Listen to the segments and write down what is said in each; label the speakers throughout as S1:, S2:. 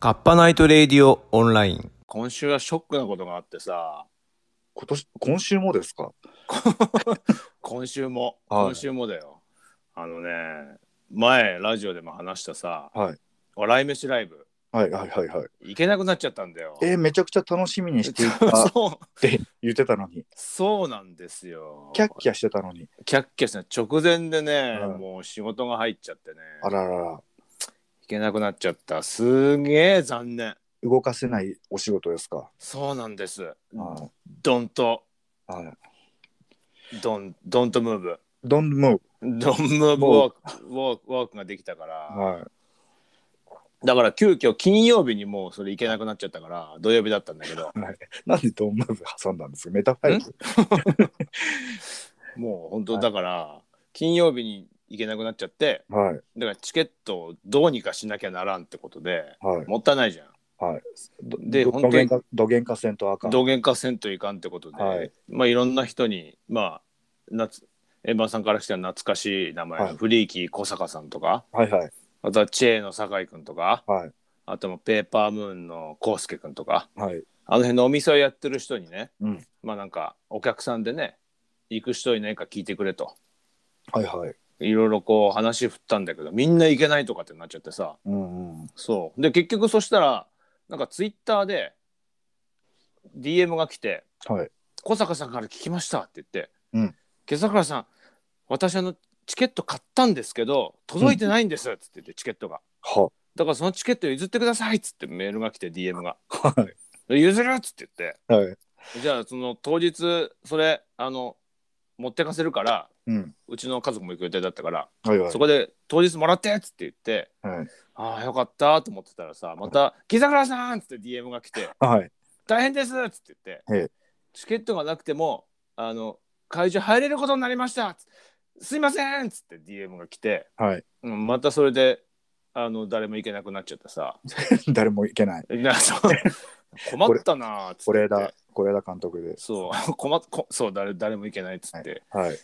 S1: カッパナイトレイディオオンライン。
S2: 今週はショックなことがあってさ、
S3: 今年、今週もですか
S2: 今週も、
S3: はい
S2: 今週もだよ。あのね、前ラジオでも話したさ、
S3: はい
S2: 笑い飯ライブ、
S3: はいはいはいはい。
S2: 行けなくなっちゃったんだよ。
S3: えーめちゃくちゃ楽しみにしていたっ
S2: そう、
S3: て言ってた のに、
S2: そうなんですよ。
S3: キャッキャしてたのに、
S2: キャッキャした直前でね、
S3: うん
S2: もう仕事が入っちゃってね、
S3: あららら、
S2: 行けなくなっちゃった。すげえ残念。
S3: 動かせないお仕事ですか。
S2: そうなんです。
S3: はい
S2: ドンと、
S3: はい。
S2: ドン、ドンとムーブ。
S3: Don't move。
S2: ドンムーブウォーク、ウォーク、ウォークができたから。
S3: はい。
S2: だから急遽金曜日にもうそれ行けなくなっちゃったから土曜日だったんだけど
S3: なんで Don't move 挟んだんですかメタファイル。
S2: もう本
S3: は
S2: 当
S3: い
S2: だから金曜日に行けなくなっちゃって
S3: はい
S2: だからチケットをどうにかしなきゃならんってことで
S3: はい
S2: もったいないじゃん
S3: はい。
S2: で
S3: ど
S2: 本当に
S3: どげんかどげんかせんとあかん。
S2: 道元化せんといかんってことで、
S3: はい
S2: まあいろんな人にまあ夏円盤さんからしたら懐かしい名前、
S3: はい
S2: フリーキー小坂さんとか
S3: はいはい
S2: あとはチェーの酒井君とか
S3: はい
S2: あともペーパームーンの康介君とか
S3: はい
S2: あの辺のお店をやってる人にね、
S3: うん
S2: まあなんかお客さんでね行く人いないか聞いてくれと
S3: はいはい。
S2: いろいろこう話振ったんだけどみんな行けないとかってなっちゃってさ
S3: うんうん。
S2: そうで結局そしたらなんかツイッターで DM が来て
S3: はい。
S2: 「小坂さんから聞きました」って言って「
S3: うん
S2: 毛桜さん私あのチケット買ったんですけど届いてないんです」っつって言ってチケットが。
S3: は
S2: だからそのチケット譲ってくださいっつってメールが来て DM が
S3: はい
S2: 「譲る!」っつって言って
S3: はい。
S2: じゃあその当日それあの持ってかせるから
S3: うん。
S2: うちの家族も行く予定だったから、
S3: はいはい
S2: そ。こで当日もらってっつって言って
S3: はい
S2: ああよかったと思ってたらさまた「木桜さん!」っつって DM が来て
S3: はい。
S2: 「大変です!」っつって言って、
S3: ええ
S2: チケットがなくてもあの会場入れることになりましたつすいません!」っつって DM が来て、
S3: はい。
S2: うん、またそれであの誰も行けなくなっちゃってさ
S3: 誰もいけない。
S2: な そう困ったなーっつって
S3: 是枝是枝監督です。
S2: そう 困っこそう誰誰も行けないっつって。
S3: はい。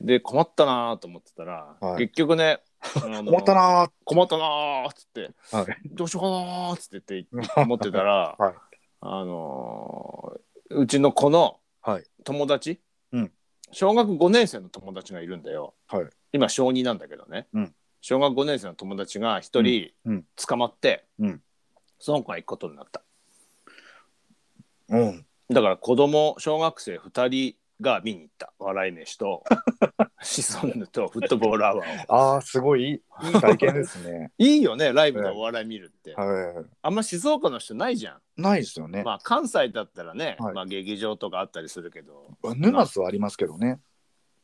S2: で困ったなーと思ってたら、
S3: はい
S2: 結局ねあの
S3: 困ったなー。
S2: 困ったなーっつって
S3: はい。
S2: どうしようかなーっつってって思ってたら、
S3: はい
S2: あのーうちの子の
S3: はい
S2: 友達、
S3: うん
S2: 小学5年生の友達がいるんだよ、
S3: はい
S2: 今小2なんだけどね、
S3: うん
S2: 小学5年生の友達が一人
S3: うんうん
S2: 捕まって、
S3: うん
S2: その子が行くことになった
S3: うん。
S2: だから子供小学生2人が見に行った笑い飯 とシソンヌとフットボールアワーを。。
S3: ああ、すごいいいいい体験ですね
S2: いいよねライブでお笑い見るって、
S3: は
S2: あんま静岡の人ないじゃん、
S3: い。ないですよね。
S2: まあ関西だったらね、
S3: はい
S2: まあ劇場とかあったりするけど
S3: 沼津はありますけどね。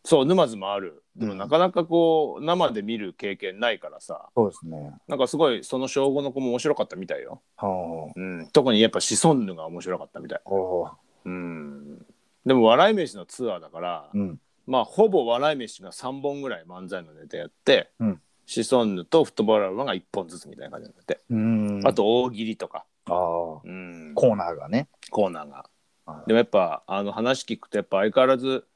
S2: そう沼津もあるでも
S3: うん
S2: なかなかこう生で見る経験ないからさ
S3: そうですね。
S2: なんかすごいその小5の子も面白かったみたいよ、
S3: は
S2: うん、特にやっぱシソンヌが面白かったみたい
S3: あ。おー
S2: うんでも笑い飯のツアーだから、
S3: うん。
S2: まあほぼ笑い飯が3本ぐらい漫才のネタやって、
S3: うん
S2: シソンヌとフットボールアワーが1本ずつみたいな感じになって、
S3: うん。
S2: あ。と大喜利とか、
S3: ああ。コ
S2: うん、
S3: ーナーがね。
S2: コーナーが
S3: はい
S2: でもやっぱあの話聞くとやっぱ相変わらず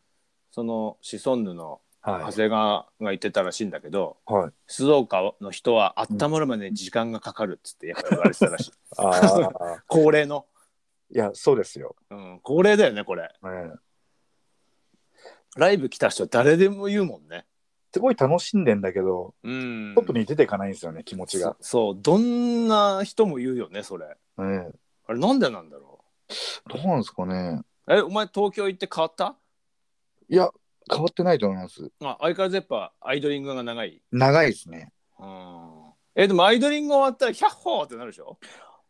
S2: そのシソンヌの
S3: は
S2: 長
S3: い。
S2: 谷川が言ってたらしいんだけど、
S3: はい。
S2: 静岡の人は温まるまで時間がかかるっつってやっぱ言われてた らしい
S3: あ あ。
S2: 恒例の、
S3: いや、そうですよ。
S2: うん、恒例だよねこれ
S3: うん。
S2: ライブ来た人誰でも言うもんね
S3: すごい楽しんでんだけど、
S2: うん
S3: 外に出ていかないんですよね、気持ちが
S2: そ。そうどんな人も言うよねそれ
S3: うん。
S2: あれなんでなんだろ
S3: どうなんですかね。
S2: うえお前東京行って変わった
S3: いや、変わってないと思います。
S2: あ相変わらずやっぱアイドリングが長い
S3: 長いですね。
S2: うんえでもアイドリング終わったら「ヒャッホー!」ってなるでしょ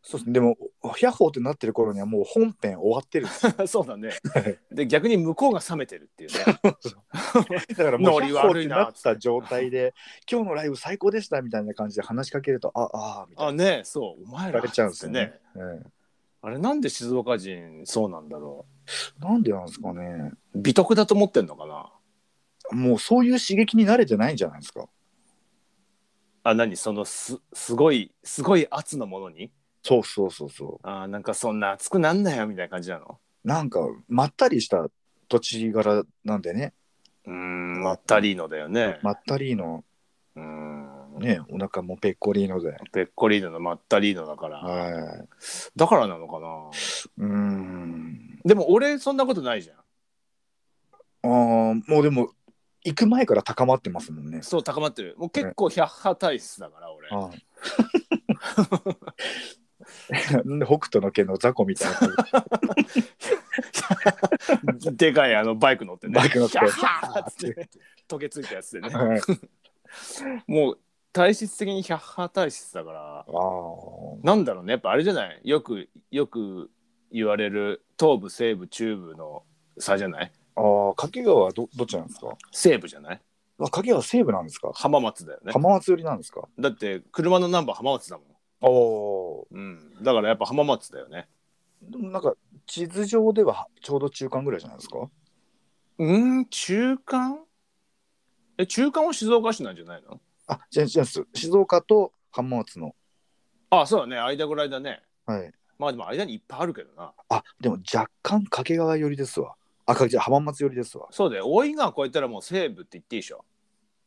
S3: そうですね。でも、ヤッホーってなってる頃にはもう本編終わってるんです よ
S2: そうだね
S3: はい
S2: で逆に向こうが冷めてるっていうね
S3: だからも
S2: ノ
S3: う、ヤ
S2: リ
S3: ッホーっ
S2: 悪
S3: て
S2: いな
S3: なった状態で、 今日のライブ最高でしたみたいな感じで話しかけると、ああー、みたいな。
S2: あねそうお前
S3: ら
S2: ら
S3: れちゃうんですよ
S2: っ
S3: ね
S2: て。
S3: うん
S2: あれなんで静岡人そうなんだろ
S3: なんでなんですかね。
S2: う美徳だと思ってんのかな
S3: もうそういう刺激に慣れてないんじゃないですか。
S2: あ何そのすすごいすごい圧のものに
S3: そうそうそうそ
S2: あなんかそんな熱くなんなよみたいな感じなの
S3: う。なんかまったりした土地柄なんでね。
S2: うーんまったりのだよね、
S3: まったりの
S2: うーん
S3: ね、お腹もペッコリーので。
S2: ペッコリーノのまったりーノだから。
S3: は
S2: だからなのかな。
S3: い。うーん。
S2: でも俺そんなことないじゃん。
S3: ああ、もうでも、行く前から高まってますもんね。
S2: そう、高まってる。もう結構百派体質だから俺。
S3: あ あなん で北斗の拳の雑魚みたい な。
S2: でかいあのバイク乗ってね。
S3: バイク乗って
S2: キャッハーっつって溶けついたやつでね。
S3: はい
S2: もう体質的に百派体質だから。
S3: ああ。
S2: なんだろうね。やっぱあれじゃないよく、よく言われる東部、西部、中部の差じゃない
S3: ああ、掛川はどどっちなんですか
S2: 西部じゃない
S3: あ掛川西部なんですか
S2: 浜松だよね。
S3: 浜松寄りなんですか
S2: だって車のナンバー浜松だもん。
S3: おお。
S2: うん。だからやっぱ浜松だよね。
S3: でもなんか地図上ではちょうど中間ぐらいじゃないですか
S2: うん、中間え、中間は静岡市なんじゃないの
S3: あ、じゃあ、じゃあ、静岡と浜松の。
S2: あ、そうだね。間ぐらいだね。
S3: はい。
S2: まあでも間にいっぱいあるけどな。
S3: あ、でも若干掛川寄りですわ。あ、かじゃあ浜松寄りですわ。
S2: そうだよ。大井川越えたらもう西部って言っていいでしょ。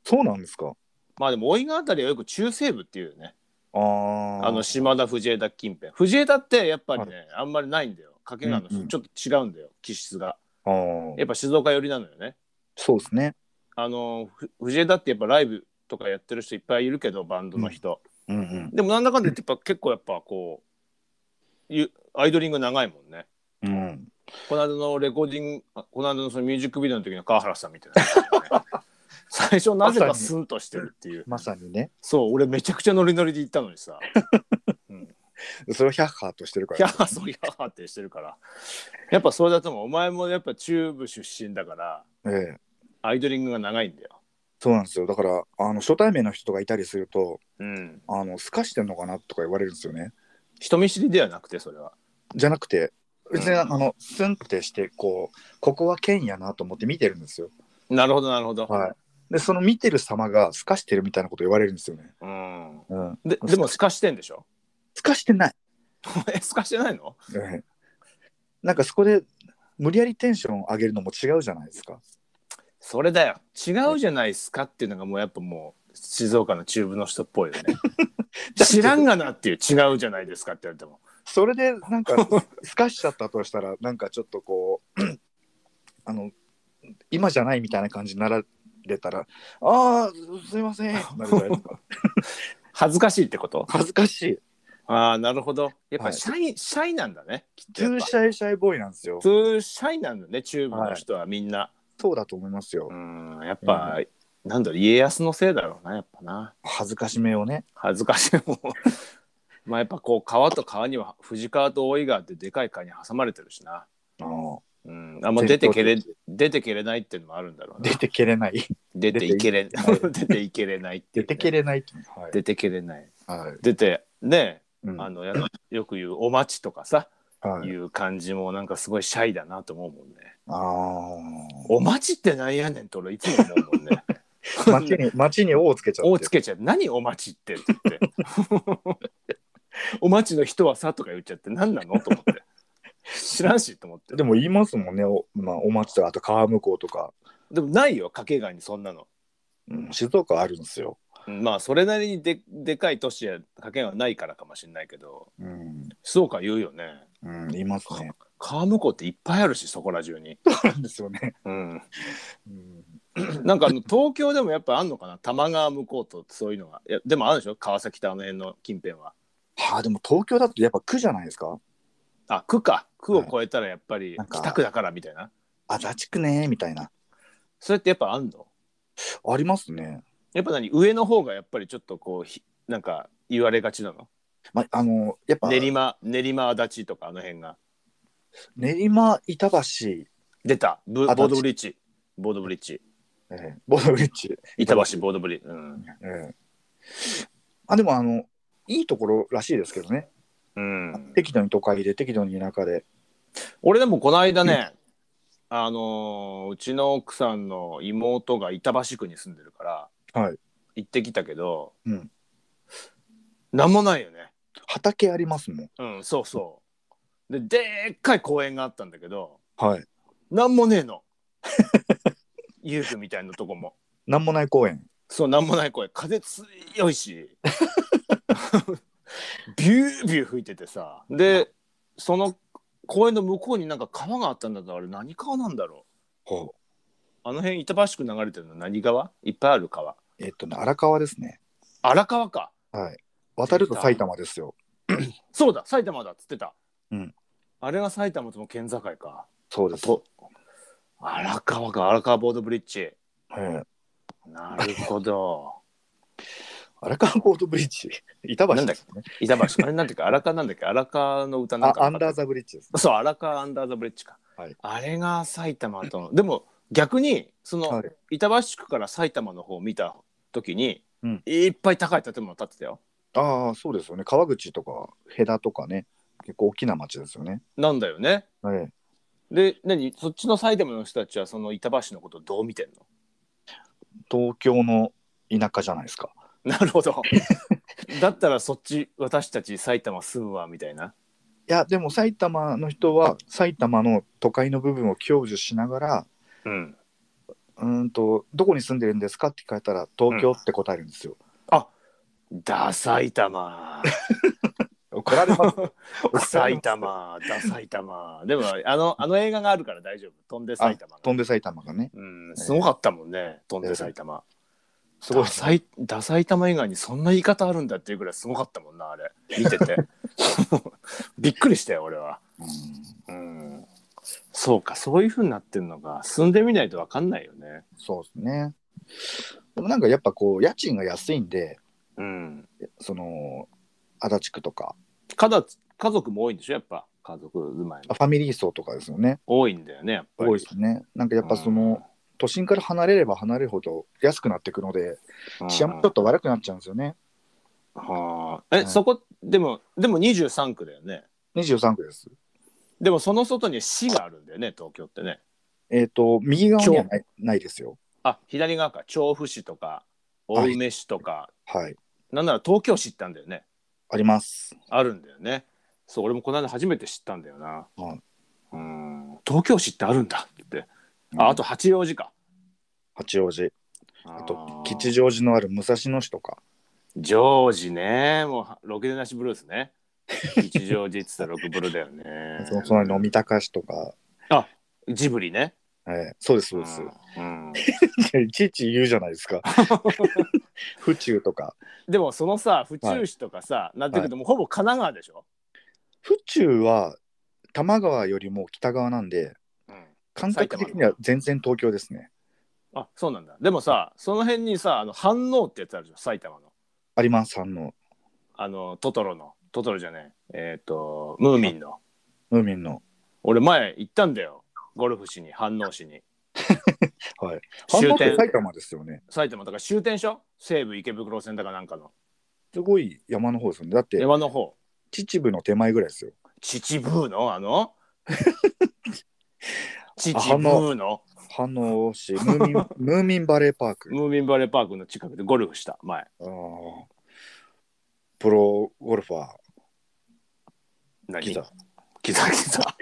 S3: そうなんですか
S2: まあでも大井川あたりはよく中西部っていうよね。
S3: ああ。
S2: あの島田藤枝近辺。藤枝ってやっぱりね、あんまりないんだよ。掛川
S3: うんう
S2: の
S3: ん
S2: ちょっと違うんだよ、気質が。
S3: あ
S2: や
S3: ー
S2: っぱ静岡寄りなのよね。
S3: そうですね。
S2: あの、ふ藤枝ってやっぱライブとかやってる人いっぱいいるけど、バンドの人。
S3: うんうん。
S2: でもなんだかんだ言ってやっぱ結構やっぱこう、ゆアイドリング長いもんね。
S3: うん、
S2: この間のレコーディング、あこの間のそのミュージックビデオの時の川原さんみたいな。 最初なぜかスンとしてるっていう。
S3: まさにね。
S2: そう、俺めちゃくちゃノリノリで行ったのにさ。
S3: それを百ーとしてるか
S2: キャ
S3: ら。
S2: ーそうキャーってしてるから。やっぱそれだと思う。お前もやっぱ中部出身だから、
S3: ええ。
S2: アイドリングが長いんだよ。
S3: そうなんですよ。だから、あの初対面の人がいたりすると、
S2: うん。
S3: あの、すかしてんのかなとか言われるんですよね。
S2: 人見知りではなくて、それは。
S3: じゃなくて、別に、
S2: うん
S3: あの、スンってして、こう、ここは剣やなと思って見てるんですよ。
S2: なるほど、なるほど。
S3: はい。で、その見てる様が、すかしてるみたいなこと言われるんですよね。
S2: うん。
S3: うん。
S2: で、でも透かしてんでしょ
S3: すかしてない。
S2: え、透かしてないの
S3: うんなんかそこで、無理やりテンション上げるのも違うじゃないですか。
S2: それだよ。違うじゃないですかっていうのがもうやっぱもう、静岡の中部の人っぽいよ ね。知らんがなっていう違うじゃないですかって言われても。
S3: それでなんかすかしちゃったとしたらなんかちょっとこう あの今じゃないみたいな感じになられたら「ああすいません」なるじゃないですか
S2: 恥ずかしいってこと
S3: 恥ずかしい
S2: ああ、なるほど。やっ
S3: は
S2: ぱ
S3: い
S2: シャイ、シャイなんだね。きっと
S3: ツ
S2: やっ
S3: ー
S2: ぱ。
S3: シャイシャイボーイなんですよ
S2: ツーシャイなんだね、中部の人はみんな。
S3: そうだと思いますよ
S2: うんやっぱ、なんだろう家康のせいだろうなやっぱな
S3: 恥ずかしめをね
S2: 恥ずかしいもん まあやっぱこう川と川には藤川と大井川ってでかい川に挟まれてるしな、
S3: あの
S2: うん、あんま出てけれ出てけれないっていうのもあるんだろうな
S3: 出てけれない
S2: 出ていけれ出ていけれないってい
S3: 出
S2: うね、
S3: てけれないっていうはい
S2: 出てけれない
S3: はい
S2: 出てね
S3: うん
S2: あのやよく言うお待ちとかさ、
S3: はい
S2: いう感じもなんかすごいシャイだなと思うもんね
S3: あ
S2: お待ちってなんやねんと俺いつも思うもんね
S3: あ街に街に「お」をつけちゃ
S2: お
S3: っ
S2: をつ
S3: て
S2: けちゃって何お待ちってって言って お待ちの人はさとか言っちゃって何なのと思って知らんしと思って
S3: でも言いますもんねお,、まあ、お待ちとかあと川向こうとか、
S2: でもないよ掛川にそんなの、
S3: うん、静岡あるんですよ、
S2: うんまあそれなりにででかい都市や掛川はないからかもしれないけど
S3: うん、
S2: 静岡言うよね
S3: うん、言いますね。
S2: 川向こうっていっぱいあるしそこら中に、
S3: そうなんですよね。
S2: うん、
S3: うん、
S2: なんかあの東京でもやっぱあんのかな多摩川向こうとそういうのがいやでもあるでしょ川崎とあの辺の近辺は
S3: はあ、でも東京だとやっぱ区じゃないですか。
S2: あ区か区を越えたらやっぱり
S3: なんか
S2: 北区だからみたいな
S3: 足立区ねみたいな。
S2: それってやっぱあんの
S3: ありますね。
S2: やっぱ何上の方がやっぱりちょっとこうひなんか言われがちなの
S3: まあのやっぱ
S2: 練
S3: 練
S2: 馬練馬足立とかあの辺が
S3: 馬板橋、
S2: 出たブボ
S3: 足立
S2: ードブリッジボードブリッジ
S3: えーボードブリッジ。
S2: 板橋ボードブリッジ、うん
S3: えーあでもあのいいところらしいですけどね。
S2: うん、
S3: 適度に都会で適度に田舎で。
S2: 俺でもこの間ね、あのーうちの奥さんの妹が板橋区に住んでるから、
S3: はい
S2: 行ってきたけど、
S3: うん
S2: なんもないよね
S3: 畑ありますもん。
S2: うんそうそうででっかい公園があったんだけど
S3: はい。
S2: なんもねえの遊具みたいなとこも
S3: なんもない公園。
S2: そうなんもない声風強い しビュービュー吹いててさでその公園の向こうになんか川があったんだけどあれ何川なんだろ
S3: ほう
S2: うあの辺板橋区流れてるの何川いっぱいある川
S3: えっとね、荒川ですね。
S2: 荒川か
S3: はい。渡ると埼玉ですよ。
S2: そうだ埼玉だっつってた、
S3: うん
S2: あれが埼玉との県境か
S3: そうです。
S2: と荒川か荒川ボードブリッジ
S3: はい
S2: なるほ ど
S3: 荒川ボードブリッ ジ。板橋ですね。
S2: 板橋あれなんだっけ荒川なんだっけ荒川の歌なん
S3: あ
S2: か
S3: アンダーザブリッジですね。
S2: そう、荒川アンダーザブリッジか。
S3: はい
S2: あれが埼玉との、でも逆に、そ
S3: は
S2: の
S3: い
S2: 板橋区から埼玉の方を見た時に、
S3: うん
S2: いっぱい高い建物建ってたよ。
S3: ああ、そうですよね。川口とか、戸田とかね、結構大きな町ですよね。
S2: なんだよね。
S3: はい。
S2: で、何、そっちの埼玉の人たちは、その板橋のことをどう見てんの。
S3: 東京の田舎じゃないですか。
S2: なるほ ど。だったら、そっち、私たち埼玉住むわみたいな。
S3: いや、でも埼玉の人は、埼玉の都会の部分を享受しながら、
S2: うん。
S3: うーんと、どこに住んでるんですかって聞かれたら、東京って答えるんですよ。
S2: だ埼 玉。
S3: 怒られます。
S2: 埼玉。だ埼玉。でも、あの、あの映画があるから、大丈夫。飛んで埼玉が。
S3: 飛んで埼玉がね。
S2: うん、すごかったもんね、飛んで埼玉。
S3: すごい
S2: ダサい、ダサい玉以外にそんな言い方あるんだっていうぐらいすごかったもんな、あれ。見て て。びっくりしたよ、俺は。
S3: うん
S2: うん。そうか、そういう風になってんのか。住んでみないとわかんないよね。
S3: そうですね。でもなんかやっぱこう、家賃が安いんで、
S2: うん。
S3: その、足立区とか、
S2: 家だ家族も多いんでしょ、やっぱ。家族住まい
S3: フ
S2: も。
S3: ァミリー層とかですよね。
S2: 多いんだよね、やっぱり。
S3: 多いですね。なんかやっぱその、都心から離れれば離れるほど安くなっていくので、
S2: うん、
S3: 治安もちょっと悪くなっちゃうんですよね。
S2: はあえ、
S3: うん
S2: そこ、でも、でも23区だよね。
S3: 23区です。
S2: でもその外に市があるんだよね、東京ってね。
S3: えっ、と、右側にはないないですよ。
S2: あ、左側か、調布市とか、青梅市とか、
S3: はい。
S2: なんなら東京市行ったんだよね。
S3: あります。
S2: あるんだよね。そう、俺もこの間初めて知ったんだよな。
S3: はい
S2: うん。東京市ってあるんだって。あ、あと八王子か。
S3: 八王子、
S2: あ
S3: あと吉祥寺のある武蔵野市とか、。
S2: ジョージね。もう、ろくでなしブルースね。吉祥寺って言ったらろくブルだよね
S3: その隣の三鷹市とか、
S2: ジブリね。
S3: えーそうです、そうです。
S2: うんうん
S3: いちいち言うじゃないで すか。府中とか。
S2: でもそのさ、府中市とかさ、なってくるともうほぼ神奈川でしょ。
S3: 府中は多摩川よりも北側なんで、
S2: うん
S3: 感覚的には全然東京ですね。
S2: あ、そうなんだ。でもさ、その辺にさ、あの、反応ってやつあるでしょ、埼玉の。
S3: 有馬さんの、
S2: あの、トトロの、トトロじゃねえ、えっ、と、ムーミンの。
S3: ムーミンの。
S2: 俺前行ったんだよ。ゴルフしに、反応しに。
S3: はい。反
S2: 終
S3: 応って
S2: 点、
S3: 埼玉ですよね。
S2: 埼玉だから終点でしょ西武池袋線だかなんかの。
S3: すごい山の方ですよね。だって、
S2: 山の方。
S3: 秩父の手前ぐらいですよ。
S2: 秩父のあ の秩父の
S3: 反応市、ムーミン、ムーミンバレーパーク。
S2: ムーミンバレーパークの近くでゴルフした前。
S3: あープロゴルファー、
S2: 何
S3: 来た。
S2: キザキザ。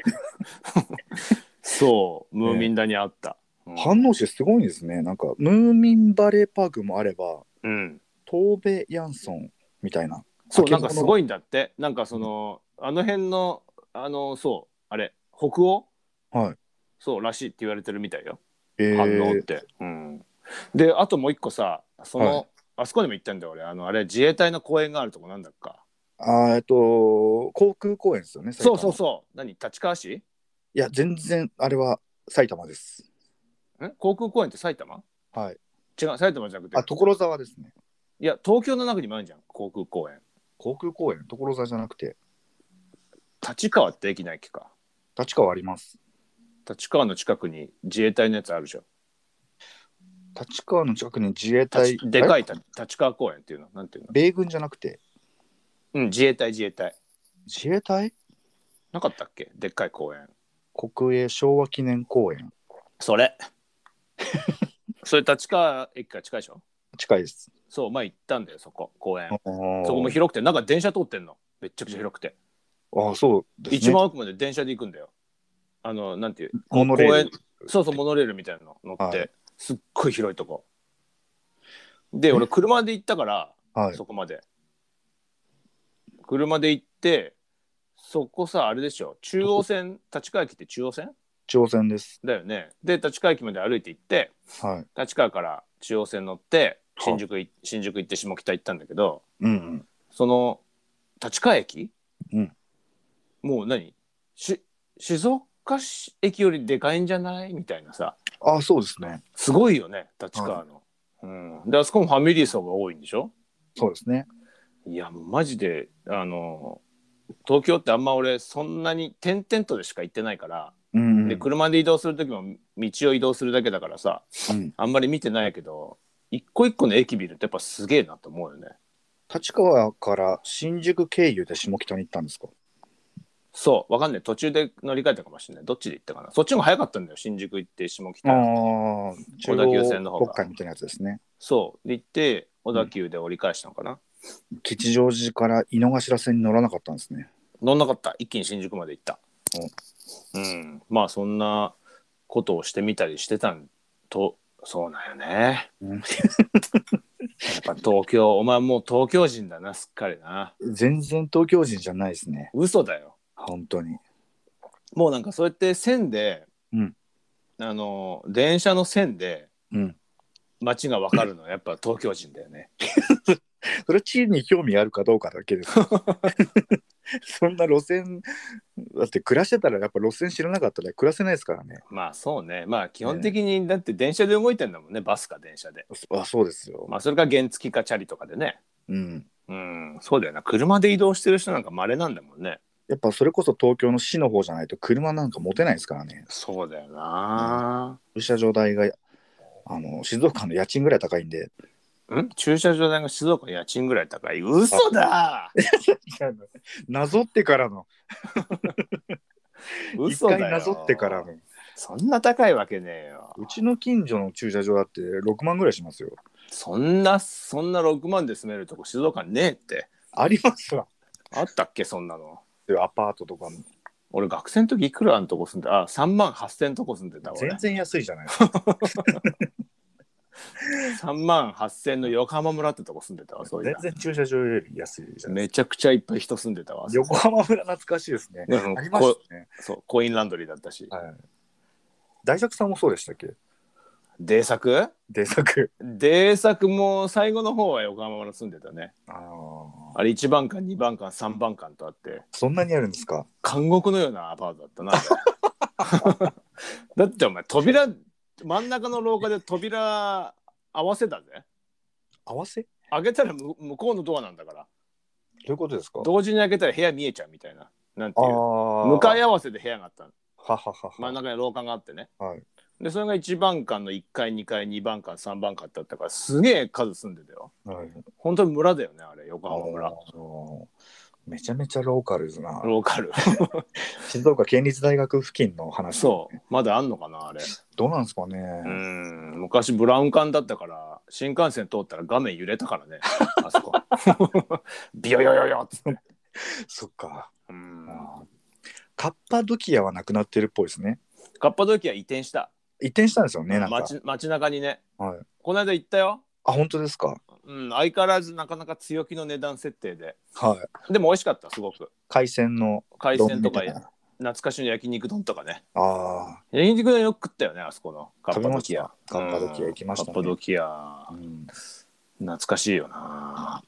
S2: そう、ムーミン谷あった。
S3: 反応市すごいですね。なんか、ムーミンバレーパークもあれば、
S2: うん。
S3: 東部ヤンソンみたいな。
S2: そうなんかすご
S3: い。
S2: いんだってなんかそのあの辺のあのそうあれ北欧
S3: はい
S2: そうらしいって言われてるみたいよ
S3: えー
S2: 反応って、うん、であともう一個さその、
S3: は
S2: あそこにも行ったんだよ俺あのあれ自衛隊の公園があるとこなんだっか
S3: あーえっと、航空公園ですよね。埼
S2: そ
S3: 玉
S2: うそうそう何立川市
S3: いや、全然、あれは埼玉です。
S2: ん航空公園って埼玉
S3: はい。
S2: 違う埼玉じゃなくて
S3: あ、所沢ですね。
S2: いや東京の中にもあるじゃん航空公園
S3: 航空公園、所沢じゃなくて、
S2: 立川って駅ないっけか
S3: 立川あります。
S2: 立川の近くに自衛隊のやつあるじゃん
S3: 立川の近くに自衛隊
S2: 立、でか
S3: い。
S2: い立立川公園っていうのなんていうの
S3: 米軍じゃなくて、
S2: うん自衛隊自衛隊
S3: 自衛隊
S2: なかったっけでっかい公園。
S3: 国営昭和記念公園。
S2: それ。 それ立川駅から近いでしょ
S3: 近いです。
S2: そう、前行ったんだよ、そこ、公園。そ
S3: そ
S2: こも広くて、なんか電車通ってんの。めっちゃくちゃ広くて。
S3: ああ、そうですね。
S2: 一番奥まで電車で行くんだよ。あの、なんていう、
S3: モノレール
S2: 公園そうそう、モノレールみたいなの乗って、
S3: は
S2: すっごい広いとこ。で俺車で行ったから、
S3: はい。
S2: そこまで車で行ってそこさあれでしょ中央線立川駅って中央線
S3: 挑戦です。
S2: だよねで立川駅まで歩いて行って
S3: はい。
S2: 立川から中央線乗って
S3: はい
S2: 新宿い新宿行って下北行ったんだけど
S3: うん
S2: その立川駅、
S3: うん
S2: もう何し静岡市駅よりでかいんじゃないみたいなさ
S3: うん。あ、そうですね。
S2: すごいよね立川の、うん、であそこもファミリー層が多いんでしょ
S3: そうですね。
S2: いやもうマジであの東京ってあんま俺そんなに点々とでしか行ってないから、
S3: うんうん。
S2: で車で移動する時も道を移動するだけだからさ
S3: うん
S2: あんまり見てないけど一個一個の駅ビルってやっぱすげえなと思うよね
S3: 立川から新宿経由で下北に行ったんですか
S2: そうわかんない途中で乗り換えたかもしれないどっちで行ったかなそっちの方が早かったんだよ新宿行って下
S3: ああ
S2: 北、
S3: 中
S2: 小田急
S3: 央
S2: 線の方が
S3: 国会みたいなやつですね。
S2: そうで行って小田急で折り返したのかな、
S3: 吉祥寺から井の頭線に乗らなかったんですね。
S2: 乗んなかった一気に新宿まで行ったうんまあそんなことをしてみたりしてたんとそうなんよね、
S3: う ん
S2: やっぱ東京お前もう東京人だなすっかりな
S3: 全然東京人じゃないですね。
S2: 嘘だよ
S3: 本当に。
S2: もうなんかそうやって線で、
S3: うん
S2: あの電車の線で
S3: うん。
S2: 街が分かる のはやっぱ東京人だよね
S3: それ地位に興味あるかどうかだ けですよ。そんな路線、だって暮らしてたらやっぱ路線知らなかったら暮らせないですからね。
S2: まあそうねまあ基本的にだって電車で動いてんだもんねバスか電車で
S3: あ、そうですよ。
S2: まあそれか原付かチャリとかでね
S3: うん。
S2: うんそうだよな車で移動してる人なんか稀なんだもんね
S3: やっぱそれこそ東京の市の方じゃないと車なんか持てないですからね。
S2: そうだよな、
S3: 駐車場代が、あの、静岡の家賃ぐらい高いんで。
S2: ん駐車場代が静岡家賃ぐらい高い嘘 だ
S3: なぞってからの。一
S2: 嘘だ
S3: 回
S2: よ
S3: なぞってからの。
S2: そんな高いわけねえよ
S3: うちの近所の駐車場だって6万ぐらいしますよ。
S2: そんなそんな6万で住めるとこ静岡にねえって
S3: ありますわ。
S2: あったっけそんなの
S3: アパートとかも
S2: 俺学生の時いくらのとこ住んであ3万8000とこ住んでた俺
S3: 全然安いじゃないですか。
S2: 3万8000の横浜村ってとこ住んでたわそうい
S3: 全
S2: う
S3: 然駐車場より安いじゃないですか。
S2: めちゃくちゃいっぱい人住んでたわ
S3: 横浜村懐かしいですね。
S2: でも
S3: ありましたね。
S2: そうコインランドリーだったし
S3: はい。大作さんもそうでしたっけ
S2: 出作
S3: 大作。
S2: 出作も最後の方は横浜村住んでたね
S3: ああ。
S2: あれ1番館2番館3番館とあって
S3: そんなにあるんですか
S2: 監獄のようなアパートだったなあれ だってお前扉真ん中の廊下で扉合わせたぜ
S3: 合わせど
S2: 開けたらむ向こうのドアなんだから
S3: ういうことですか
S2: 同時に開けたら部屋見えちゃうみたいななんて
S3: あ
S2: い
S3: あ
S2: う。向かい
S3: は
S2: 合わせで部屋があったの
S3: ははは。
S2: 真ん中に廊下があってね
S3: はい。
S2: でそれが1番館の1階2階2番館3番館ってあったからすげえ数住んでたよ
S3: はい。
S2: 本当に村だよねあれ横
S3: あ
S2: 浜村
S3: のめちゃめちゃローカルですな。
S2: ローカル
S3: 静岡県立大学付近の話。
S2: そうまだあんのかなあれ
S3: どうなんですかね。
S2: うん昔ブラウン管だったから新幹線通ったら画面揺れたからねあそこ ビヨヨヨヨっつって
S3: そっか。
S2: うん
S3: あーカッパドキアはなくなってるっぽいですね。
S2: カッパドキア移転した
S3: 移転したんですよね、なんか。
S2: 街街中にね
S3: はい。
S2: この間行ったよ
S3: あ、本当ですか。
S2: うん相変わらずなかなか強気の値段設定で
S3: はい。
S2: でも美味しかったすごく
S3: 海鮮の
S2: 海鮮とか
S3: 丼みたいな
S2: 懐かしの焼肉丼とかね
S3: あ
S2: 焼肉丼よく食ったよねあそこのカッパドキア
S3: 食べましたカッパドキア行きましたね
S2: うんカッパドキア
S3: あ、うん。
S2: 懐かしいよな